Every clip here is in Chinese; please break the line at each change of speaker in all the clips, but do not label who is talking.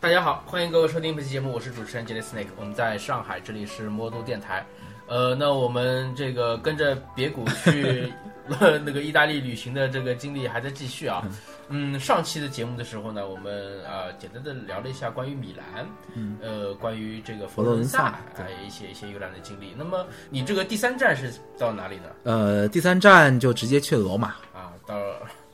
大家好，欢迎各位收听本期节目，我是主持人杰里 Snake，我们在上海，这里是魔都电台。呃，那我们这个跟着别谷去呃那个意大利旅行的这个经历还在继续啊。嗯，上期的节目的时候呢，我们呃简单的聊了一下关于米兰，
嗯
呃，关于这个佛
佛罗
罗伦
伦
萨
萨
啊、一些一些游览的经历。那么你这个第三站是到哪里呢？
呃，第三站就直接去了罗马，
啊，到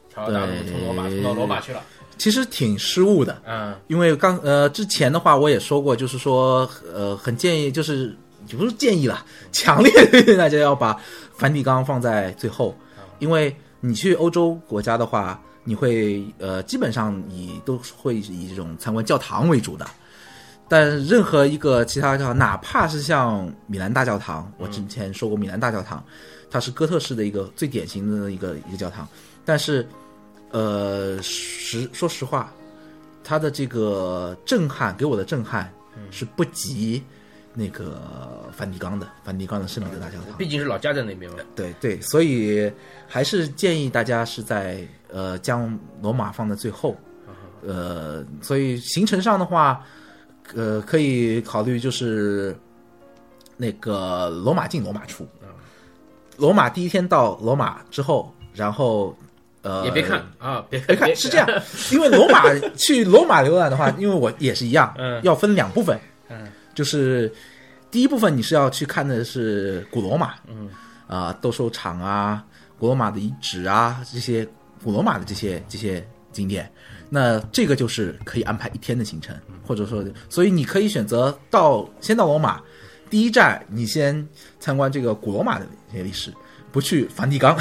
条条大路从罗马
对
通到罗马去了。
其实挺失误的，
嗯
因为刚呃之前的话我也说过，就是说呃很建议，就是也不是建议啦，强烈推荐大家要把梵蒂冈放在最后，因为你去欧洲国家的话，你会呃基本上以都是会以这种参观教堂为主的。但任何一个其他教堂，哪怕是像米兰大教堂，我之前说过米兰大教堂，它是哥特式的一个最典型的一个一个教堂，但是，呃，实说实话，它的这个震撼给我的震撼是不及那个梵蒂冈的梵蒂冈的圣彼得大教堂。
毕竟是老家在那边嘛。
对对，所以还是建议大家是在呃将罗马放在最后，
嗯
呃，所以行程上的话，呃，可以考虑就是那个罗马进罗马出，
嗯
罗马第一天到罗马之后，然后呃
也别看啊，别
哎，
看，
看是这样，因为罗马去罗马浏览的话，因为我也是一样，
嗯
要分两部分，
嗯，
就是第一部分你是要去看的是古罗马，嗯，啊、斗兽场啊，古罗马的遗址啊，这些古罗马的这些这些景点，那这个就是可以安排一天的行程，或者说，所以你可以选择到先到罗马，第一站你先参观这个古罗马的这些历史，不去梵 蒂冈。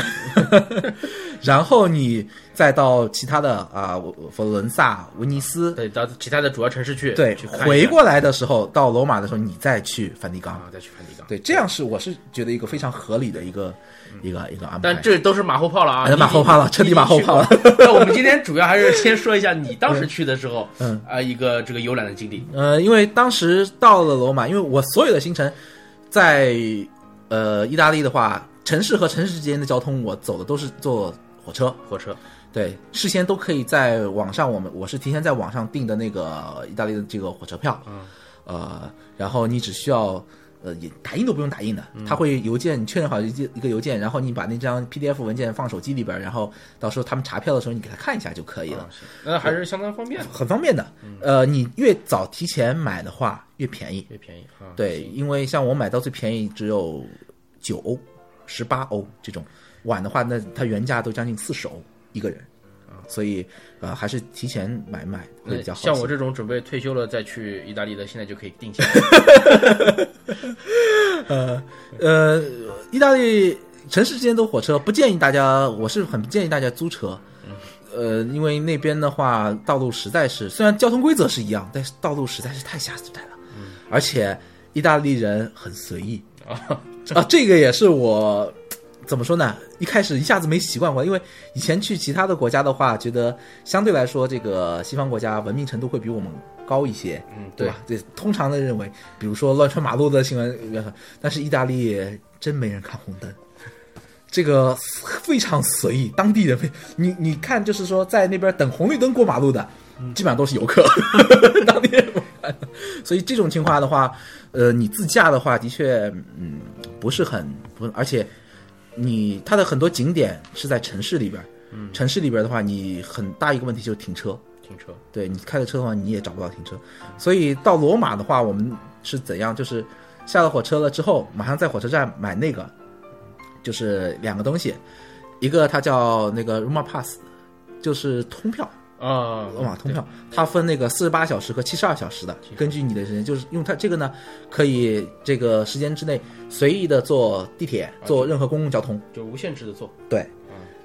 然后你再到其他的啊、我我佛罗伦萨、威尼斯，
对，到其他的主要城市去，
对，
去看一
回
下
过来的时候，到罗马的时候，你再去梵蒂冈，
啊，再去梵蒂冈。
对，这样是我是觉得一个非常合理的一个一个一个安排。
嗯但这都是马后炮了啊，
哎马后炮了
你已
彻底马后炮了
你已经去过 那我们今天主要还是先说一下你当时去的时候，
嗯
啊，一个这个游览的经历。
呃，因为当时到了罗马，因为我所有的行程在呃意大利的话，城市和城市之间的交通，我走的都是坐火车，
火车，
对，事先都可以在网上，我们我是提前在网上订的那个意大利的这个火车票，
嗯，
呃，然后你只需要呃也打印都不用打印的，他会邮件你确认好一个一个邮件，然后你把那张 PDF 文件放手机里边儿，然后到时候他们查票的时候你给他看一下就可以了，
那还嗯是相当方便的，
很方便的。呃，你越早提前买的话越便宜，
也便宜啊。
对，因为像我买到最便宜只有九欧、十八欧这种，晚的话那它原价都将近四十欧一个人，所以呃还是提前买买会
啊那
比较好一些。
像我这种准备退休了再去意大利的，现在就可以 定下来。
呃，意大利城市之间都火车，不建议大家，我是很不建议大家租车。
嗯
呃，因为那边的话，道路实在是虽然交通规则是一样，但是道路实在是太狭窄了，而且意大利人很随意 啊，这个也是我怎么说呢？一开始一下子没习惯过，因为以前去其他的国家的话，觉得相对来说这个西方国家文明程度会比我们高一些，
嗯，
对吧？这通常的认为，比如说乱穿马路的新闻， 但是意大利真没人看红灯， 这个非常随意。当地人非你你看，就是说在那边等红绿灯过马路的，基本上都是游客， 当地人不看的。所以这种情况的话，呃，你自驾的话，的确，嗯，不是很不，而且你它的很多景点是在城市里边儿，城市里边儿的话，你很大一个问题就是停车。
停车，
对你开了车的话，你也找不到停车。所以到罗马的话，我们是怎样？就是下了火车了之后，马上在火车站买那个，就是两个东西，一个它叫那个 Roma Pass，就是通票，
啊，
罗马通票，它分那个四十八小时和七十二小时的，根据你的时间，就是用它这个呢，可以这个时间之内随意的坐地
啊
铁，坐任何公共交通。
就无限制的坐。
对，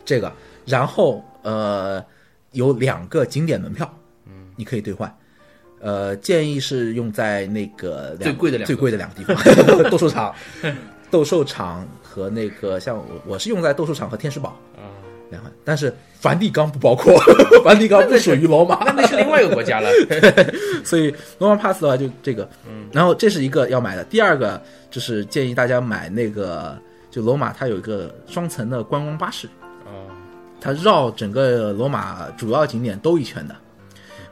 这个，然后呃，有两个景点门票，嗯，你可以兑换。呃，建议是用在那个两
最贵的两个
最贵的两个地 方，斗兽场、斗兽场和那个像我我是用在斗兽场和天使堡
啊，
两个，但是梵蒂冈不包括，梵蒂冈不属于罗马，
那那是另外一个国家 了。
所以罗马 pass 的话就这个，然后这是一个要买的，第二个就是建议大家买那个，就罗马它有一个双层的观光巴士，
啊，
它绕整个罗马主要景点兜一圈的。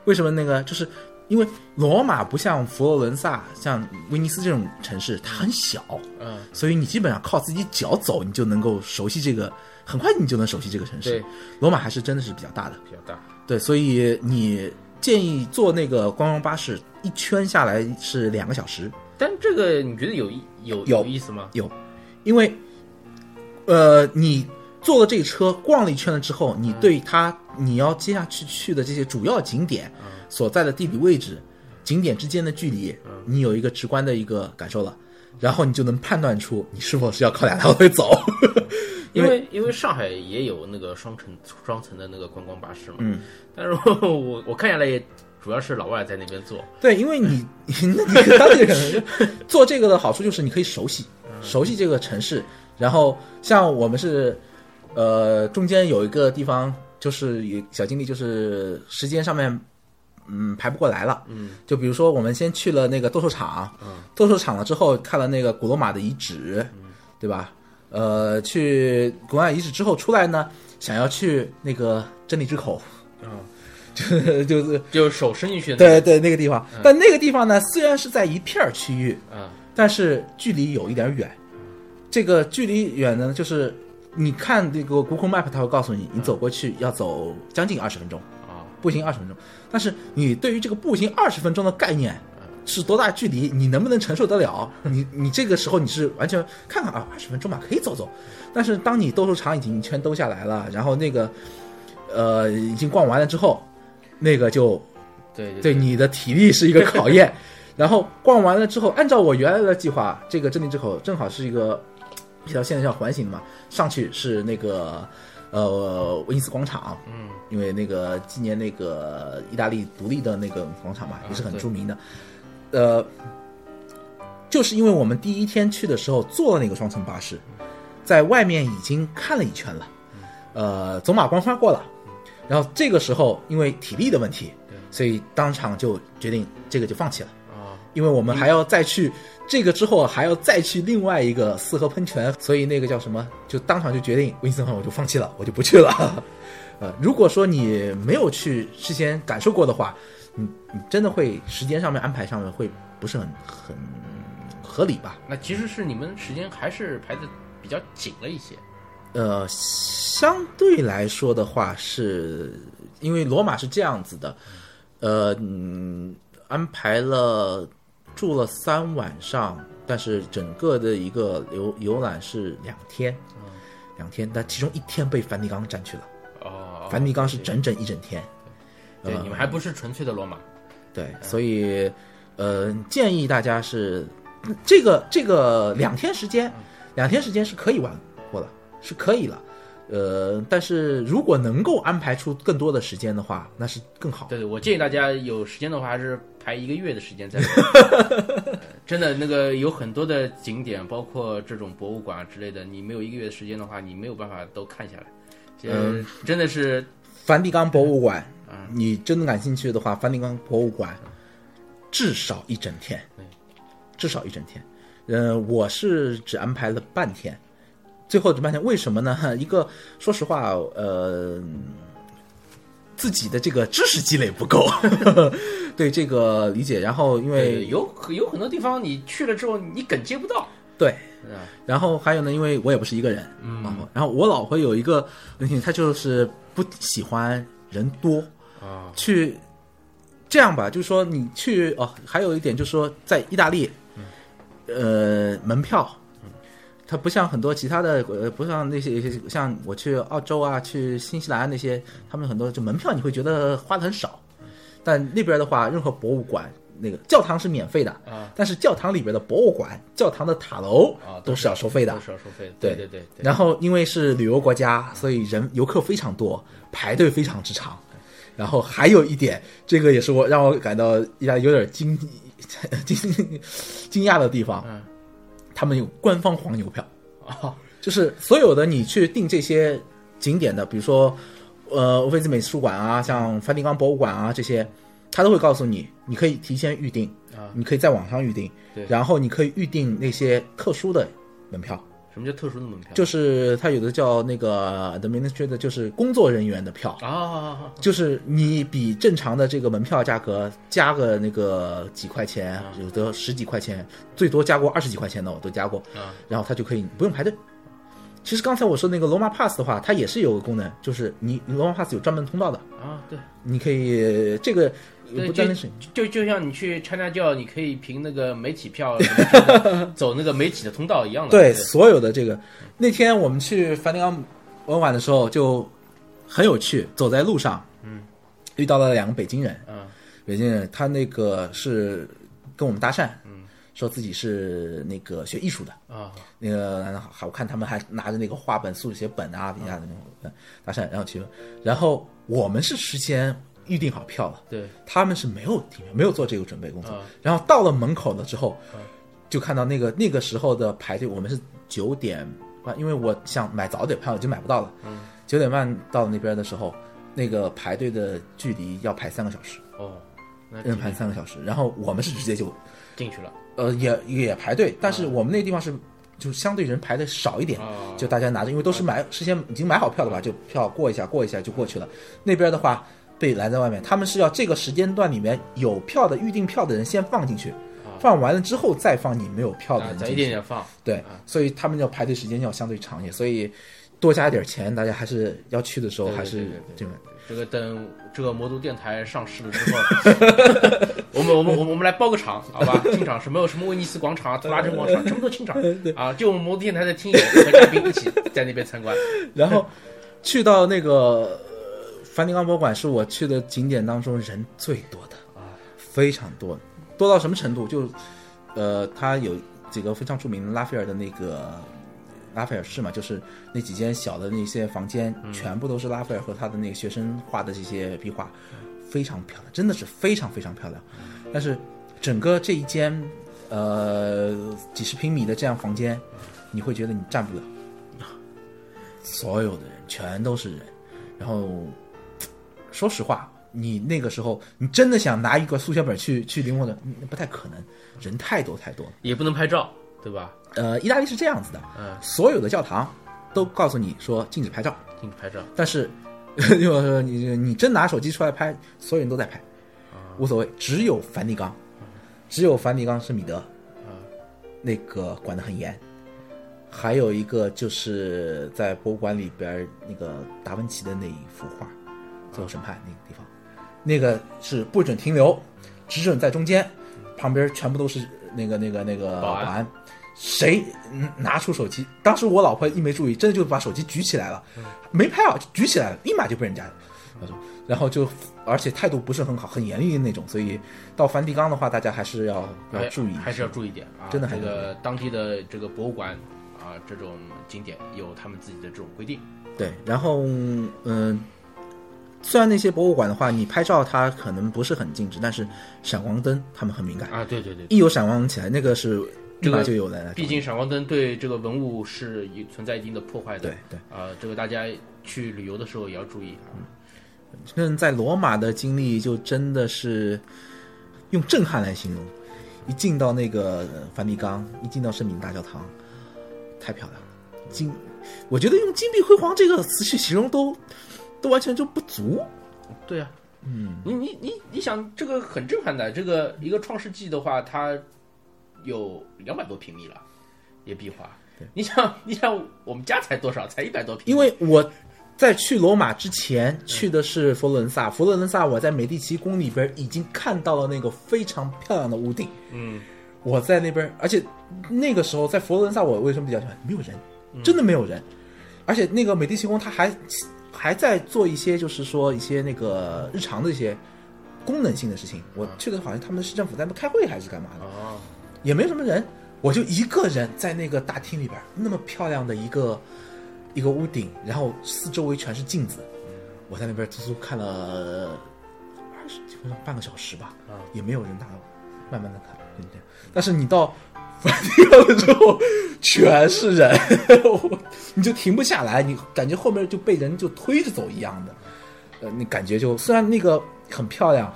为什么那个就是因为罗马不像佛罗伦萨、像威尼斯这种城市，它很小，
嗯，
所以你基本上靠自己脚走，你就能够熟悉这个，很快你就能熟悉这个城市
对。
罗马还是真的是比较大的，
比较大，
对，所以你建议坐那个观光巴士，一圈下来是两个小时，
但这个你觉得有意有
有
意思吗？
有，因为，呃，你坐了这个车逛了一圈了之后，你对它你要接下去去的这些主要景点所在的地理位置、景点之间的距离，你有一个直观的一个感受了，然后你就能判断出你是否是要靠两条腿走。
因为因为上海也有那个双层双层的那个观光巴士嘛，嗯，但是我我我看下来也主要是老外在那边坐，
对，因为你 那你当地人做这个的好处就是你可以熟悉熟悉这个城市，然后像我们是呃中间有一个地方就是有小经历，就是时间上面嗯排不过来了，嗯，就比如说我们先去了那个斗兽场，嗯，斗兽场了之后看了那个古罗马的遗址，对吧？呃，去古罗马遗址之后出来呢，想要去那个真理之口，
嗯，
就是 就是
就手伸进去的那
对
个，
对，那个地方。但那个地方呢，虽然是在一片儿区域，
嗯，
但是距离有一点远。这个距离远呢，就是你看那个 Google Map，它会告诉你，你走过去要走将近二十分钟，
啊，
步行二十分钟。但是你对于这个步行二十分钟的概念是多大距离，你能不能承受得了？你你这个时候你是完全看看啊，二十分钟吧，可以走走。但是当你兜售场已经一圈兜下来了，然后那个呃已经逛完了之后，那个就
对对
对你的体力 是一个考验。然后逛完了之后，按照我原来的计划，这个镇定之口正好是一个一条线上环形的嘛，上去是那个呃威尼斯广场，
嗯，
因为那个纪念那个意大利独立的那个广场嘛，也是很
啊对
著名的。呃，就是因为我们第一天去的时候坐了那个双层巴士，在外面已经看了一圈了，
嗯
呃，走马观花过了。然后这个时候，因为体力的问题
对，
所以当场就决定这个就放弃了，
啊，
因为我们还要再去这个之后还要再去另外一个四合喷泉，所以那个叫什么，就当场就决定威尼斯环我就放弃了， 我就不去了。呃，如果说你没有去事先感受过的话，你你真的会时间上面安排上面会不是很很合理吧？
那其实是你们时间还是排的比较紧了一些，
呃，相对来说的话是，因为罗马是这样子的，呃，嗯，安排了住了三晚上，但是整个的一个游游览是两天，两天，但其中一天被梵蒂冈占去了，
哦，
梵蒂冈是整整一整天，
对，你们还不是纯粹的罗马，
对，所以呃，建议大家是这个这个两天时间，两天时间是可以玩过了，是可以了。呃，但是如果能够安排出更多的时间的话，那是更好。
对对，我建议大家有时间的话，还是排一个月的时间再来。 呃真的，那个有很多的景点，包括这种博物馆啊之类的，你没有一个月的时间的话，你没有办法都看下来。嗯，真的是
梵蒂冈博物馆，你真的感兴趣的话，梵蒂冈博物馆至少一整天，至少一整天。呃，我是只安排了半天，最后这半天为什么呢？ 一个说实话，呃，自己的这个知识积累不够， 对这个理解。然后因为
有有很多地方你去了之后，你梗接不到。
对
啊，
然后还有呢，因为我也不是一个人，嗯，然后我老婆有一个问题，她就是不喜欢人多，
啊，
去这样吧，就是说你去哦，还有一点就是说在意大利，呃，门票，它不像很多其他的，呃，不像那些像我去澳洲啊、去新西兰那些，他们很多就门票你会觉得花的很少，但那边的话，任何博物馆。那个教堂是免费的，
啊
但是教堂里边的博物馆、教堂的塔楼
啊
都是要收费的
都，是要收费的。
对
对对对，
然后因为是旅游国家，所以人游客非常多，排队非常之长。然后还有一点，这个也是我让我感到意大利有点惊 惊惊讶的地方，
嗯
他们有官方黄牛票，
啊
就是所有的你去订这些景点的，比如说呃威兹美术馆啊，像梵蒂冈博物馆啊这些，他都会告诉你，你可以提前预定，
啊
你可以在网上预定
对，
然后你可以预定那些特殊的门票。
什么叫特殊的门票？
就是它有的叫那个 administrator，就是工作人员的票，
啊啊啊啊
就是你比正常的这个门票价格加个那个几块钱，
啊
有的十几块钱，最多加过二十几块钱的我都加过，
啊啊！
然后它就可以不用排队。其实刚才我说那个罗马 pass 的话，它也是有个功能，就是你你罗马 pass 有专门通道的，
啊，对，
你可以这个
对
不单单是
就就像你去参加教，你可以凭那个媒体票什么去的走那个媒体的通道一样的。
对所有的这个。那天我们去梵蒂冈文玩的时候就很有趣，走在路上，嗯，遇到了两个北京人，
嗯，
北京人他那个是跟我们搭讪，
嗯，
说自己是那个学艺术的，
啊
那个好，我看他们还拿着那个画本、速写本啊，底下的那种嗯搭讪，然后去，然后我们是事先预定好票了，
对
他们是没有提没有做这个准备工作，
啊
然后到了门口了之后，
嗯
就看到那个那个时候的排队，我们是九点半，因为我想买早点票，我就买不到了，九、点半到那边的时候，那个排队的距离要排三个小时，
哦，那
要
进
排三个小时，然后我们是直接就
进去了
呃也也排队，但是我们那地方是就相对人排的少一点。
啊，
就大家拿着，因为都是买事先已经买好票的吧，就票过一下过一下就过去了。那边的话被拦在外面，他们是要这个时间段里面有票的预订票的人先放进去，放完了之后再放你没有票的
啊
人
咱一
进
点
去。
点放，
对，所以他们要排队时间要相对长一些，所以多加一点钱，大家还是要去的时候
对对
还是
对对
这个
这个等这个魔都电台上市了之后，我们我们我们我们来包个场，好吧？清场什么什么威尼斯广场啊、图拉真广场，全部都清场啊！就我们魔都电台的听友和嘉宾一起在那边参观。
然后去到那个呃梵蒂冈博物馆，是我去的景点当中人最多的
啊，
非常多，多到什么程度？就呃，它有几个非常著名的拉斐尔的那个。拉斐尔市嘛，就是那几间小的那些房间，全部都是拉斐尔和他的那个学生画的这些壁画，非常漂亮，真的是非常非常漂亮。但是整个这一间，呃，几十平米的这样房间，你会觉得你站不了，所有的人全都是人。然后，说实话，你那个时候你真的想拿一个速写本去去临摹的，嗯不太可能，人太多太多了。
也不能拍照，对吧？
呃，意大利是这样子的，
嗯，
所有的教堂都告诉你说禁止拍照，
进去拍照
但是 就是说你你真拿手机出来拍，所有人都在拍，
啊
无所谓。只有梵蒂冈，只有梵蒂冈圣彼得，
啊
那个管得很严。还有一个就是在博物馆里边儿那个达芬奇的那一幅画，《最后审
啊
判》那个地方，那个是不准停留，只准在中间，旁边全部都是那个那个那个
保安
安谁嗯拿出手机？当时我老婆一没注意，真的就把手机举起来了，没拍好，举起来了，立马就被人家，然后然后就而且态度不是很好，很严厉的那种，所以到梵蒂冈的话，大家还是要要
还
注意，
还是要注意点啊！
真的还
这
是要
个当地的这个博物馆啊，这种景点有他们自己的这种规定。
对，然后嗯、虽然那些博物馆的话，你拍照它可能不是很禁止，但是闪光灯他们很敏感，
啊，对对对，
一有闪光起来，那个是立
这个
马就有人来找你。
毕竟闪光灯对这个文物是有存在一定的破坏的。
对对，
啊、这个大家去旅游的时候也要注意啊。
那在罗马的经历就真的是用震撼来形容。一进到那个呃梵蒂冈，一进到圣彼得大教堂，太漂亮了。金，我觉得用金碧辉煌这个词去形容都都完全就不足。
对啊，嗯，你你你你想，这个很震撼的。这个一个创世纪的话，它有两百多平米了，也壁画。你想，你想，我们家才多少？才一百多平米。
因为我在去罗马之前去的是佛罗伦萨，佛罗伦萨我在美第奇宫里边已经看到了那个非常漂亮的屋顶。
嗯，
我在那边，而且那个时候在佛罗伦萨，我为什么比较喜欢？没有人，真的没有人。而且那个美第奇宫，它还还在做一些，就是说一些那个日常的一些功能性的事情。我去的好像他们市政府在那边开会还是干嘛的，
哦，
也没什么人，我就一个人在那个大厅里边，那么漂亮的一个一个屋顶，然后四周围全是镜子，我在那边足足看了二十几分钟，半个小时吧，
啊
也没有人打扰我，慢慢的看，就这样。但是你到梵蒂冈了之后，全是人， 我你就停不下来，你感觉后面就被人就推着走一样的，呃，你感觉就虽然那个很漂亮，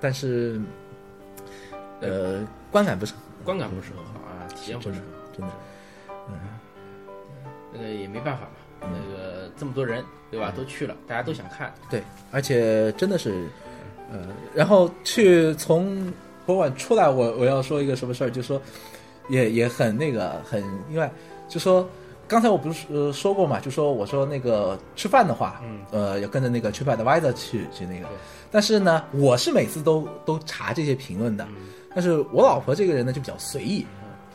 但是呃观感不是很
嗯
好。
观感不是很好啊，体验不是很好。
真的。
那个也没办法嘛，
嗯
那个这么多人对吧，都去了，大家都想看，
对，而且真的是，呃，然后去从博物馆出来，我我要说一个什么事儿，就是说也也很那个很意外，就说刚才我不是呃说过嘛，就说我说那个吃饭的话，
嗯，
呃，要跟着那个 TripAdvisor 去去那个，但是呢，我是每次都都查这些评论的，
嗯
但是我老婆这个人呢就比较随意，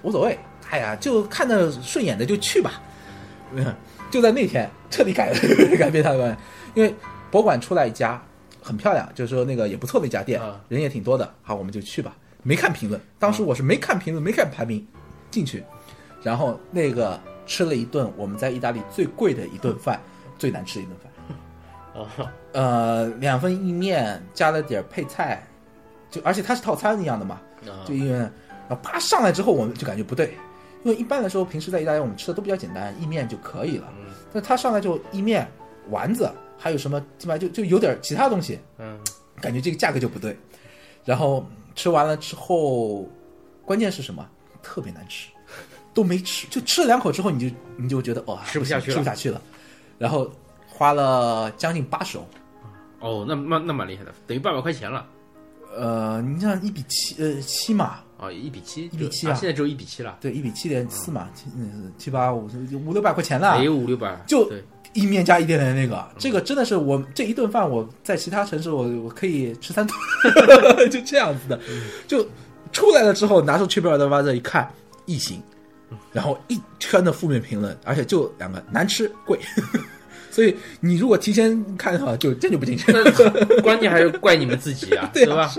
无所谓，哎呀，就看着顺眼的就去吧，嗯，就在那天彻底改 改变他的观念，因为博物馆出来一家很漂亮，就是说那个也不错的一家店
啊，
人也挺多的，好，我们就去吧。没看评论，当时我是没看评论，没看排名，进去，然后那个吃了一顿我们在意大利最贵的一顿饭，最难吃的一顿饭，
啊，
呃，两份意面加了点配菜，就而且它是套餐一样的嘛，
啊
就因为，然后啪上来之后，我们就感觉不对，因为一般来说平时在意大利我们吃的都比较简单，意面就可以了。
嗯
但他上来就意面、丸子，还有什么，基本上就就有点其他东西，
嗯
感觉这个价格就不对。然后吃完了之后，关键是什么？特别难吃，都没吃，就吃了两口之后，你就你就觉得哦，
吃不下去了
吃不下去了。然后花了将近八十欧，
哦，那那那蛮厉害的，等于八百块钱了
呃，你像一比七，呃，七嘛，
啊，一比七，
一比七
啊，
啊
现在只有一比七了，
对，一比七点四嘛，七嗯哎七八五五六百块钱了
也，有五六百，
啊就
对，
意面加一点点那个，这个真的是我这一顿饭我在其他城市我我可以吃三顿， 就这样子的，就出来了之后拿出去贝尔的巴这一看异形，然后一圈的负面评论，而且就两个难吃贵， 所以你如果提前看的话，就这就不进去了。
那 关键还是怪你们自己啊，
对啊
吧？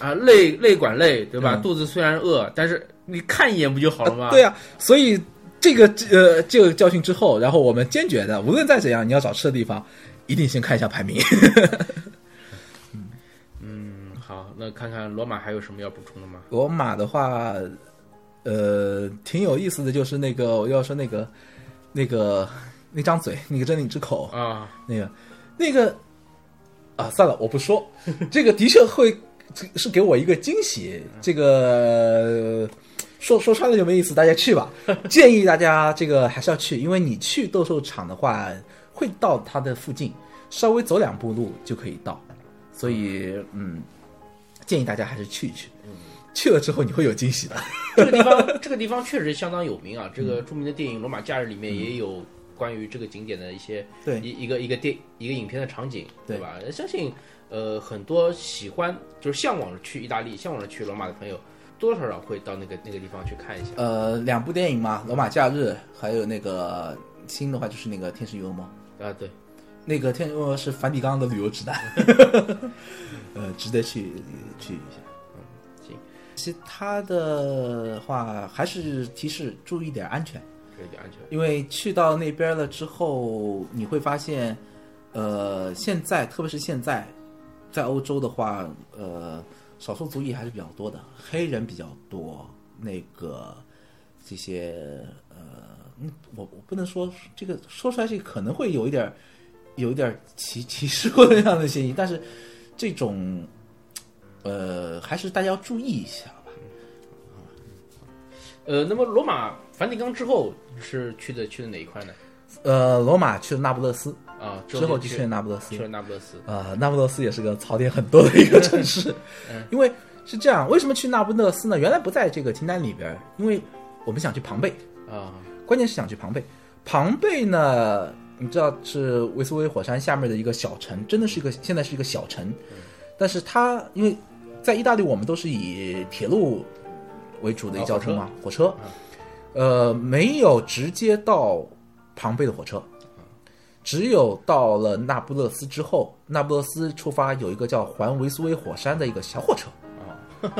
啊，累累管累，对吧？
嗯啊
肚子虽然饿，但是你看一眼不就好了吗？
对呀、所以这个呃这个教训之后，然后我们坚决的，无论再怎样，你要找吃的地方，一定先看一下排 名。
嗯，好，那看看罗马还有什么要补充的吗？
罗马的话，呃，挺有意思的，就是那个我又要说那个那个那张嘴，那个狰狞之口，
啊，
那个那个啊，算了，我不说，这个的确会是给我一个惊喜，这个。说说穿了就没意思，大家去吧。建议大家这个还是要去，因为你去斗兽场的话，会到它的附近，稍微走两步路就可以到。所以，嗯，建议大家还是去一去。去了之后你会有惊喜的。
这个地方这个地方确实相当有名啊，这
嗯
个著名的电影《罗马假日》里面也有关于这个景点的一些
对
一一个一个电一个影片的场景，对
对
吧？相信呃很多喜欢就是向往着去意大利、向往着去罗马的朋友，多多少少会到那个那个地方去看一下。
呃，两部电影嘛，《罗马假日》还有那个新的话就是那个《天使与恶魔》。
啊，对，
那个天鹅是梵蒂冈的旅游指南，呃，值得去去一下。嗯，
行。
其他的话还是提示注意点安全，
这个就安全。
因为去到那边了之后，你会发现，呃，现在特别是现在，在欧洲的话，呃，少数族裔还是比较多的，黑人比较多，那个这些呃，嗯我我不能说这个说出来这个可能会有一点儿有一点儿歧歧视过那样的嫌疑，但是这种呃还是大家要注意一下吧。
呃，那么罗马梵蒂冈之后是去的去的哪一块呢？
呃，罗马去了那不勒斯
啊，
之后就去
去
了那不勒斯
去，了那不勒斯。
呃，那不勒斯也是个槽点很多的一个城市，因为是这样，为什么去那不勒斯呢？原来不在这个清单里边儿，因为我们想去庞贝，
啊，
关键是想去庞贝。庞贝呢，你知道是维苏威火山下面的一个小城，真的是一个现在是一个小城，但是它因为在意大利我们都是以铁路为主的
啊
交通嘛，火车，嗯呃，没有直接到庞贝的火车。只有到了那不勒斯之后，那不勒斯出发有一个叫环维苏威火山的一个小火车，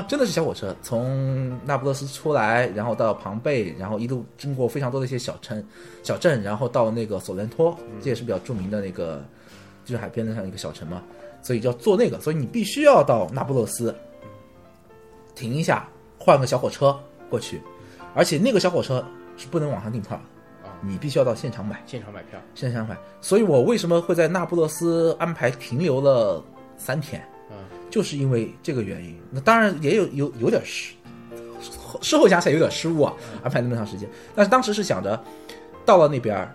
真的是小火车，从那不勒斯出来，然后到庞贝，然后一路经过非常多的一些小城、小镇，然后到那个索伦托，这也是比较著名的那个地中海边的上一个小城嘛，所以要坐那个，所以你必须要到那不勒斯停一下，换个小火车过去，而且那个小火车是不能网上订票的
啊，
你必须要到现场买。
现场买票。
现场买，所以我为什么会在那不勒斯安排停留了三天？
嗯，
就是因为这个原因。那当然也有有有点失，事后想起来有点失误啊，安排那么长时间。但是当时是想着，到了那边儿，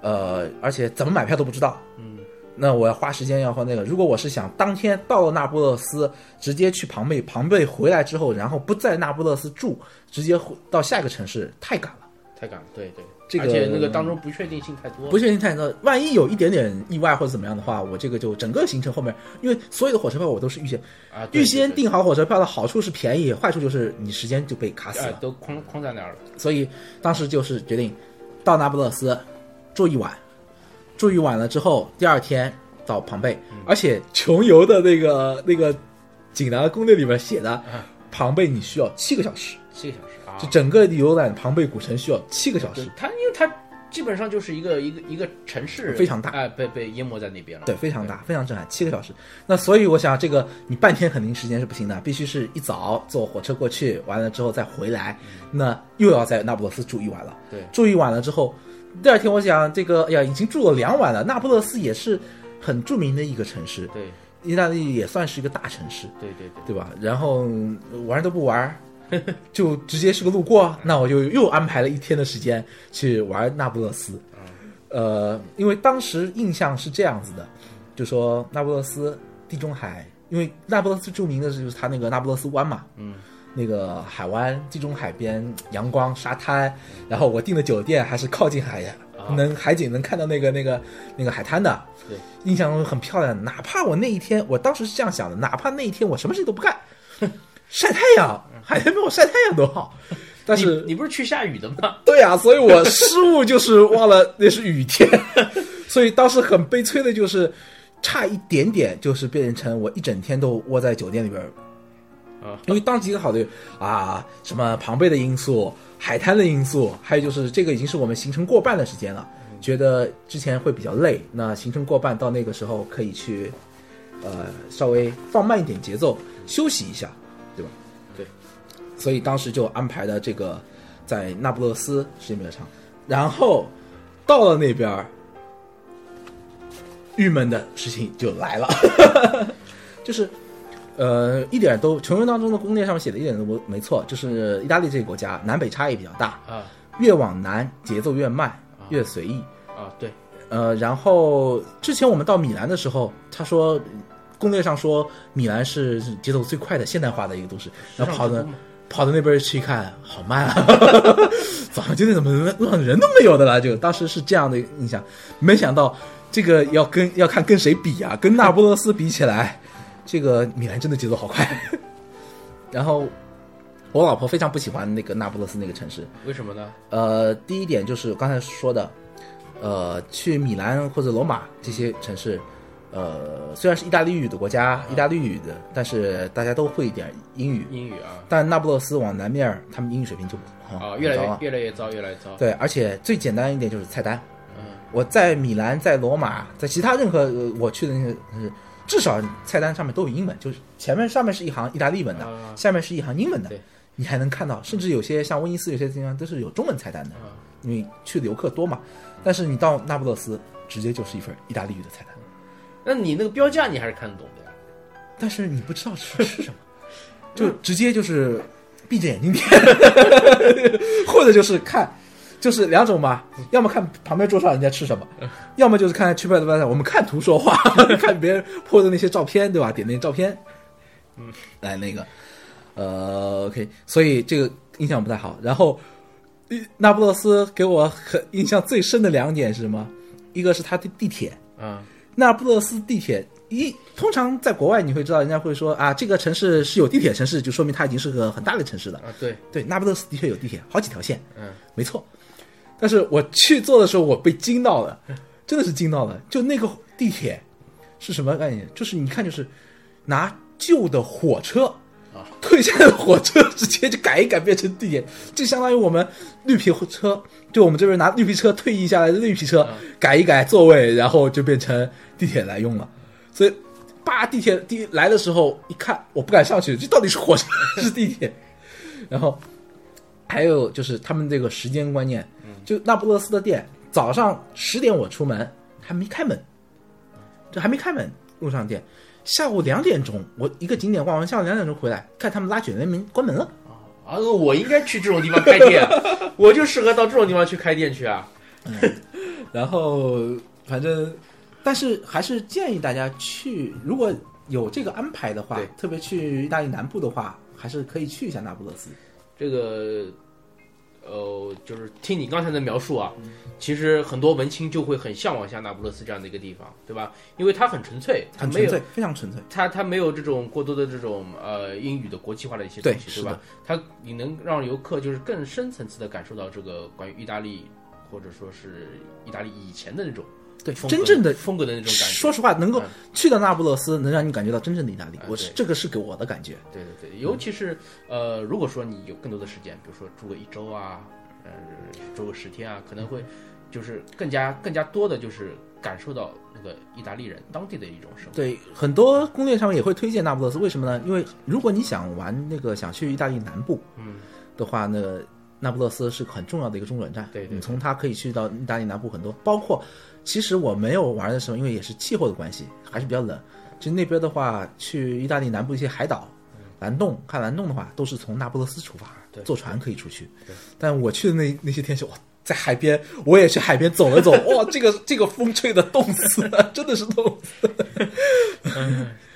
呃，而且怎么买票都不知道，嗯，那我要花时间要和那个。如果我是想当天到了那不勒斯，直接去庞贝，庞贝回来之后，然后不在那不勒斯住，直接回到下一个城市，太赶了。
太赶了，对对，
这个
而且那个当中不确定性太多，
不确定太多，万一有一点点意外或者怎么样的话，我这个就整个行程后面，因为所有的火车票我都是预先
啊，对
预先
对
订好火车票的好处是便宜，坏处就是你时间就被卡
对
死
哎
了。
都框框在那儿了，
所以当时就是决定到那不勒斯住一晚，住一晚了之后，第二天到庞贝，而且穷游的那个那个锦囊攻略里面写的
嗯，
庞贝你需要七个小时，
七个小时啊，
就整个游览庞贝古城需要七个小
对
时，
它，因为它基本上就是一个一个一个城市
非常大
哎，被被淹没在那边了，
对，非常大，非常震撼，七个小时。那所以我想，这个你半天肯定时间是不行的，必须是一早坐火车过去，完了之后再回来，那又要在那不勒斯住一晚了。
对
住一晚了之后，第二天我想这个，哎呀，已经住了两晚了。那不勒斯也是很著名的一个城市，
对
意大利也算是一个大城市，
对对对，
对吧？然后呃玩都不玩。 就直接是个路过，那我就又安排了一天的时间去玩那不勒斯。呃，因为当时印象是这样子的，就说那不勒斯地中海，因为那不勒斯著名的是就是它那个那不勒斯湾嘛，
嗯，
那个海湾，地中海边阳光沙滩，然后我订的酒店还是靠近海，
啊
能海景能看到那个那个那个海滩的，
对，
印象中很漂亮。哪怕我那一天，我当时是这样想的，哪怕那一天我什么事都 不干，晒太阳，海边被我晒太阳多好。但
嗯
是
你你不是去下雨的吗？
对呀、所以我失误就是忘了那是雨天， 所以当时很悲催的就是，差一点点就是变成我一整天都窝在酒店里边儿
啊，
因为当几个考虑啊，什么庞贝的因素、海滩的因素，还有就是这个已经是我们行程过半的时间了，觉得之前会比较累，那行程过半到那个时候可以去，呃，稍微放慢一点节奏，休息一下，对吧？
对，
所以当时就安排了这个在那不勒斯时间比较长，然后到了那边儿，郁闷的事情就来了， 就是呃，一点都穷游当中的攻略上面写的一点都不没错，就是意大利这个国家南北差异比较大，
啊
越往南节奏越慢，越随意。
啊，对，
呃，然后之前我们到米兰的时候，他说攻略上说米兰是节奏最快的现代化的一个都市，然后跑
时尚之
到
都嘛
跑到那边去一看，好慢啊！ 早上九点怎么路上人都没有的了？就当时是这样的印象，没想到这个要跟要看跟谁比啊，跟那不勒斯比起来，这个米兰真的节奏好快。 然后我老婆非常不喜欢那个那不勒斯那个城市，
为什么呢？
呃，第一点就是刚才说的，呃，去米兰或者罗马这些城市，呃，虽然是意大利语的国家，意大利语的，但是大家都会一点英语。
英语啊
但那不勒斯往南面儿，他们英语水平就很
啊，
很
越来
高
越越来
了
越糟，越来越糟，
对，而且最简单一点就是菜单。
啊嗯，
我在米兰，在罗马，在其他任何呃我去的那些城市，至少菜单上面都有英文，就是前面上面是一行意大利文的，
啊
下面是一行英文的
对，
你还能看到，甚至有些像威尼斯有些地方都是有中文菜单的。
啊
因为去的游客多嘛。但是你到那不勒斯，直接就是一份意大利语的菜单，
那你那个标价你还是看得懂的呀？
但是你不知道吃吃什么，就直接就是闭着眼睛点，或者就是看，就是两种嘛，要么看旁边桌上人家吃什么，要么就是看区块链的，我们看图说话，看别人 po 的那些照片，对吧？点那些照片，嗯，来那个，呃，OK，所以这个印象不太好。然后，呃那不勒斯给我很印象最深的两点是什么？一个是它的地铁，
啊，
那不勒斯地铁一通常在国外你会知道，人家会说啊，这个城市是有地铁城市，就说明它已经是个很大的城市了。
啊，对，
对，那不勒斯的确有地铁，好几条线，
嗯，
没错。但是我去坐的时候，我被惊到了，真的是惊到了。就那个地铁是什么概念？就是你看，就是拿旧的火车
啊，
退下来的火车直接就改一改变成地铁，就相当于我们绿皮火车，就我们这边拿绿皮车退役下来的绿皮车
嗯
改一改座位，然后就变成地铁来用了。所以，叭，地铁地来的时候一看，我不敢上去，这到底是火车还是地铁？ 然后还有就是他们这个时间观念，就那不勒斯的店，早上十点我出门还没开门，这还没开门路上店，下午两点钟我一个景点逛完，下午两点钟回来，看他们拉卷帘门关门了。
啊，我应该去这种地方开店，我就适合到这种地方去开店去啊。
然后反正，但是还是建议大家去，如果有这个安排的话
对，
特别去意大利南部的话，还是可以去一下那不勒斯。
这个，呃，就是听你刚才的描述啊，
嗯
其实很多文青就会很向往像那不勒斯这样的一个地方，对吧？因为它很纯粹，它
很
没
纯
有
粹，非常纯粹。
它它没有这种过多的这种呃英语的国际化的一些东
对
西，
是
对吧？它你能让游客就是更深层次的感受到这个关于意大利或者说是意大利以前的那种
对，
风格
真正的
风格的那种感觉。
说实话，能够
嗯
去到那不勒斯，能让你感觉到真正的意大利
啊。
我是
对
这个是给我的感觉。
对对对，尤其是呃，如果说你有更多的时间，比如说住个一周啊，呃，住个十天啊，可能会就是更加更加多的就是感受到那个意大利人当地的一种生活。
对，很多攻略上面也会推荐那不勒斯，为什么呢？因为如果你想玩那个想去意大利南部
嗯，
的话呢，那不勒斯是很重要的一个中转站。
对对
你从它可以去到意大利南部很多，包括其实我没有玩的时候，因为也是气候的关系，还是比较冷。其实那边的话，去意大利南部一些海岛，蓝洞看蓝洞的话，都是从那不勒斯出发
对，
坐船可以出去
对。
但我去的那那些天是哇。在海边，我也去海边走 了走，哇，这个这个风吹的冻死了，真的是冻死。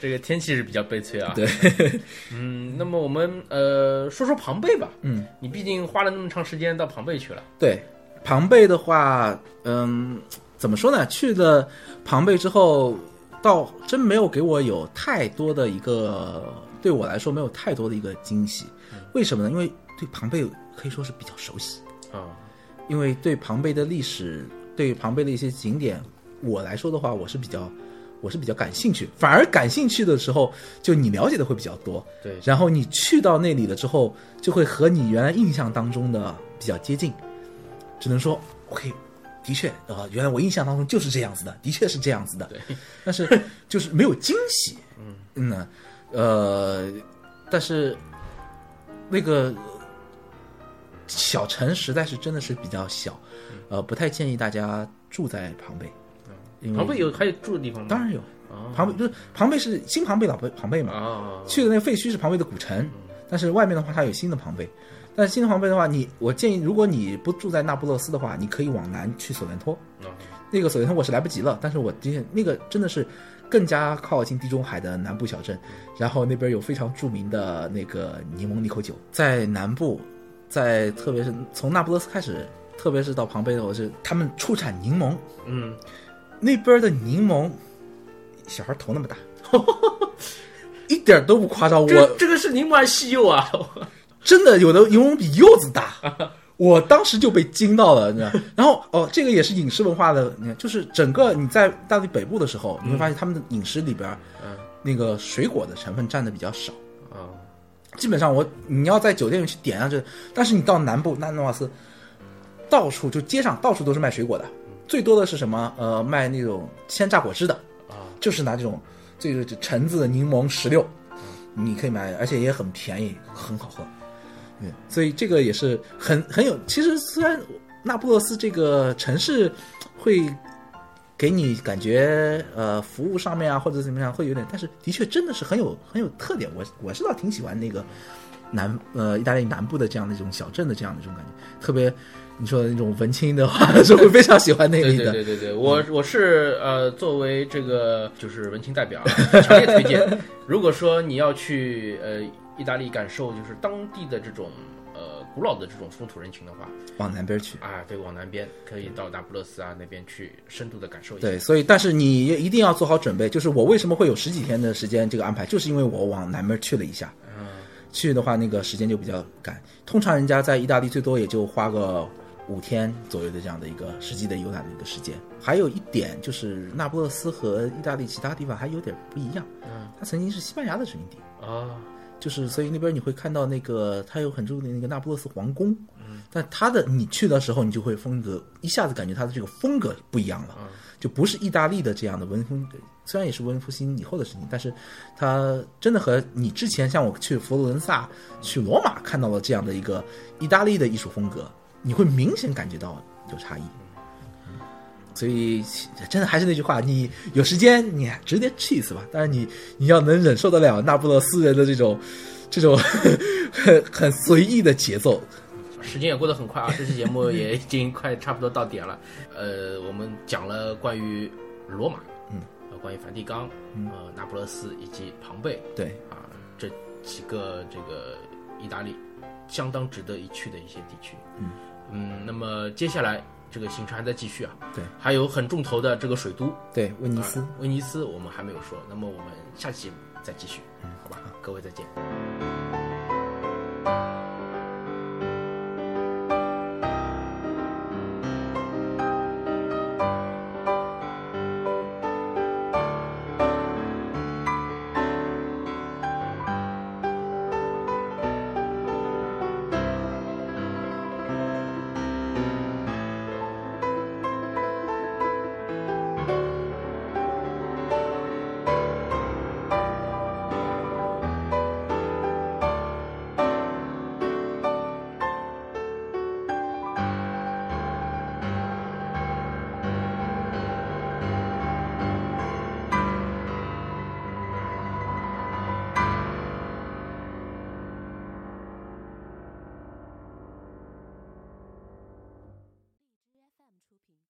这个天气是比较悲催啊。对， 嗯，那么我们呃说说庞贝吧。
嗯，
你毕竟花了那么长时间到庞贝去了，
对，庞贝的话，嗯，怎么说呢？去了庞贝之后，倒真没有给我有太多的一个，对我来说没有太多的一个惊喜。为什么呢？因为对庞贝可以说是比较熟悉，
啊、
因为对庞贝的历史，对庞贝的一些景点，我来说的话，我是比较。我是比较感兴趣，反而感兴趣的时候，就你了解的会比较多，
对，
然后你去到那里了之后，就会和你原来印象当中的比较接近，只能说 OK，的确，呃，原来我印象当中就是这样子的，的确是这样子的，但是就是没有惊喜，嗯呢，呃，但是那个小城实在是真的是比较小，呃，不太建议大家住在庞贝，因为
嗯庞贝有还有住的地方吗？
当然有
哦
庞贝，就是庞贝是新庞贝老庞庞贝嘛，
啊，
去的那个废墟是庞贝的古城，但是外面的话它有新的庞贝。但是新的庞贝的话，你我建议，如果你不住在那不勒斯的话，你可以往南去索伦托。
啊
那个索伦托我是来不及了，但是我的确那个真的是更加靠近地中海的南部小镇，然后那边有非常著名的那个柠檬利口酒，在南部，在特别是从那不勒斯开始，特别是到庞贝的，我是他们出产柠檬，
嗯，
那边的柠檬，小孩头那么大， 一点都不夸张，我
这这个是柠檬还是西柚啊？
真的有的柠檬比柚子大， 我当时就被惊到了，你知道。然后哦，这个也是饮食文化的，你看，就是整个你在大理北部的时候，你会发现他们的饮食里边，
嗯
那个水果的成分占的比较少。
啊，
基本上我你要在酒店里去点啊这，但是你到南部那诺瓦斯，到处就街上到处都是卖水果的，最多的是什么？呃，卖那种鲜榨果汁的
啊，
就是拿这种这个这橙子、柠檬、石榴，你可以买，而且也很便宜，很好喝。嗯，所以这个也是很很有。其实虽然那不勒斯这个城市会给你感觉呃服务上面啊或者怎么样会有点，但是的确真的是很有很有特点。我我是倒挺喜欢那个南呃意大利南部的这样的一种小镇的这样的一种感觉，特别你说的那种文青的话 是会非常喜欢那
对
里
对
的。
对对对，我我是呃，作为这个就是文青代表啊，强烈推荐。如果说你要去呃意大利感受就是当地的这种呃古老的这种风土人情的话，
往南边去。
啊，对，往南边可以到那不勒斯啊那边去深度的感受一下。
对，所以但是你一定要做好准备。就是我为什么会有十几天的时间这个安排，就是因为我往南边去了一下。
嗯
去的话，那个时间就比较赶。通常人家在意大利最多也就花个五天左右的这样的一个实际的游览的一个时间。还有一点就是，那不勒斯和意大利其他地方还有点不一样。
嗯，
它曾经是西班牙的殖民地，
啊，
就是所以那边你会看到那个它有很著名的那个那不勒斯皇宫。嗯，但它的你去的时候，你就会风格一下子感觉它的这个风格不一样了。
嗯
就不是意大利的这样的文风，虽然也是文复兴以后的事情，但是它真的和你之前像我去佛罗伦萨、去罗马看到了这样的一个意大利的艺术风格，你会明显感觉到有差异。所以，真的还是那句话，你有时间你直接去一次吧。但是你你要能忍受得 了那不勒斯人的这种这种很很随意的节奏，
时间也过得很快啊，这期节目也已经快差不多到点了。呃，我们讲了关于罗马，
嗯
呃，关于梵蒂冈，
嗯
呃，那不勒斯以及庞贝
对，
啊这几个这个意大利相当值得一去的一些地区。
嗯
嗯那么接下来这个行程还在继续啊。
对，
还有很重头的这个水都
对，威尼斯。嗯
啊威尼斯我们还没有说，那么我们下期节目再继续，好吧？各位再见。
拜拜。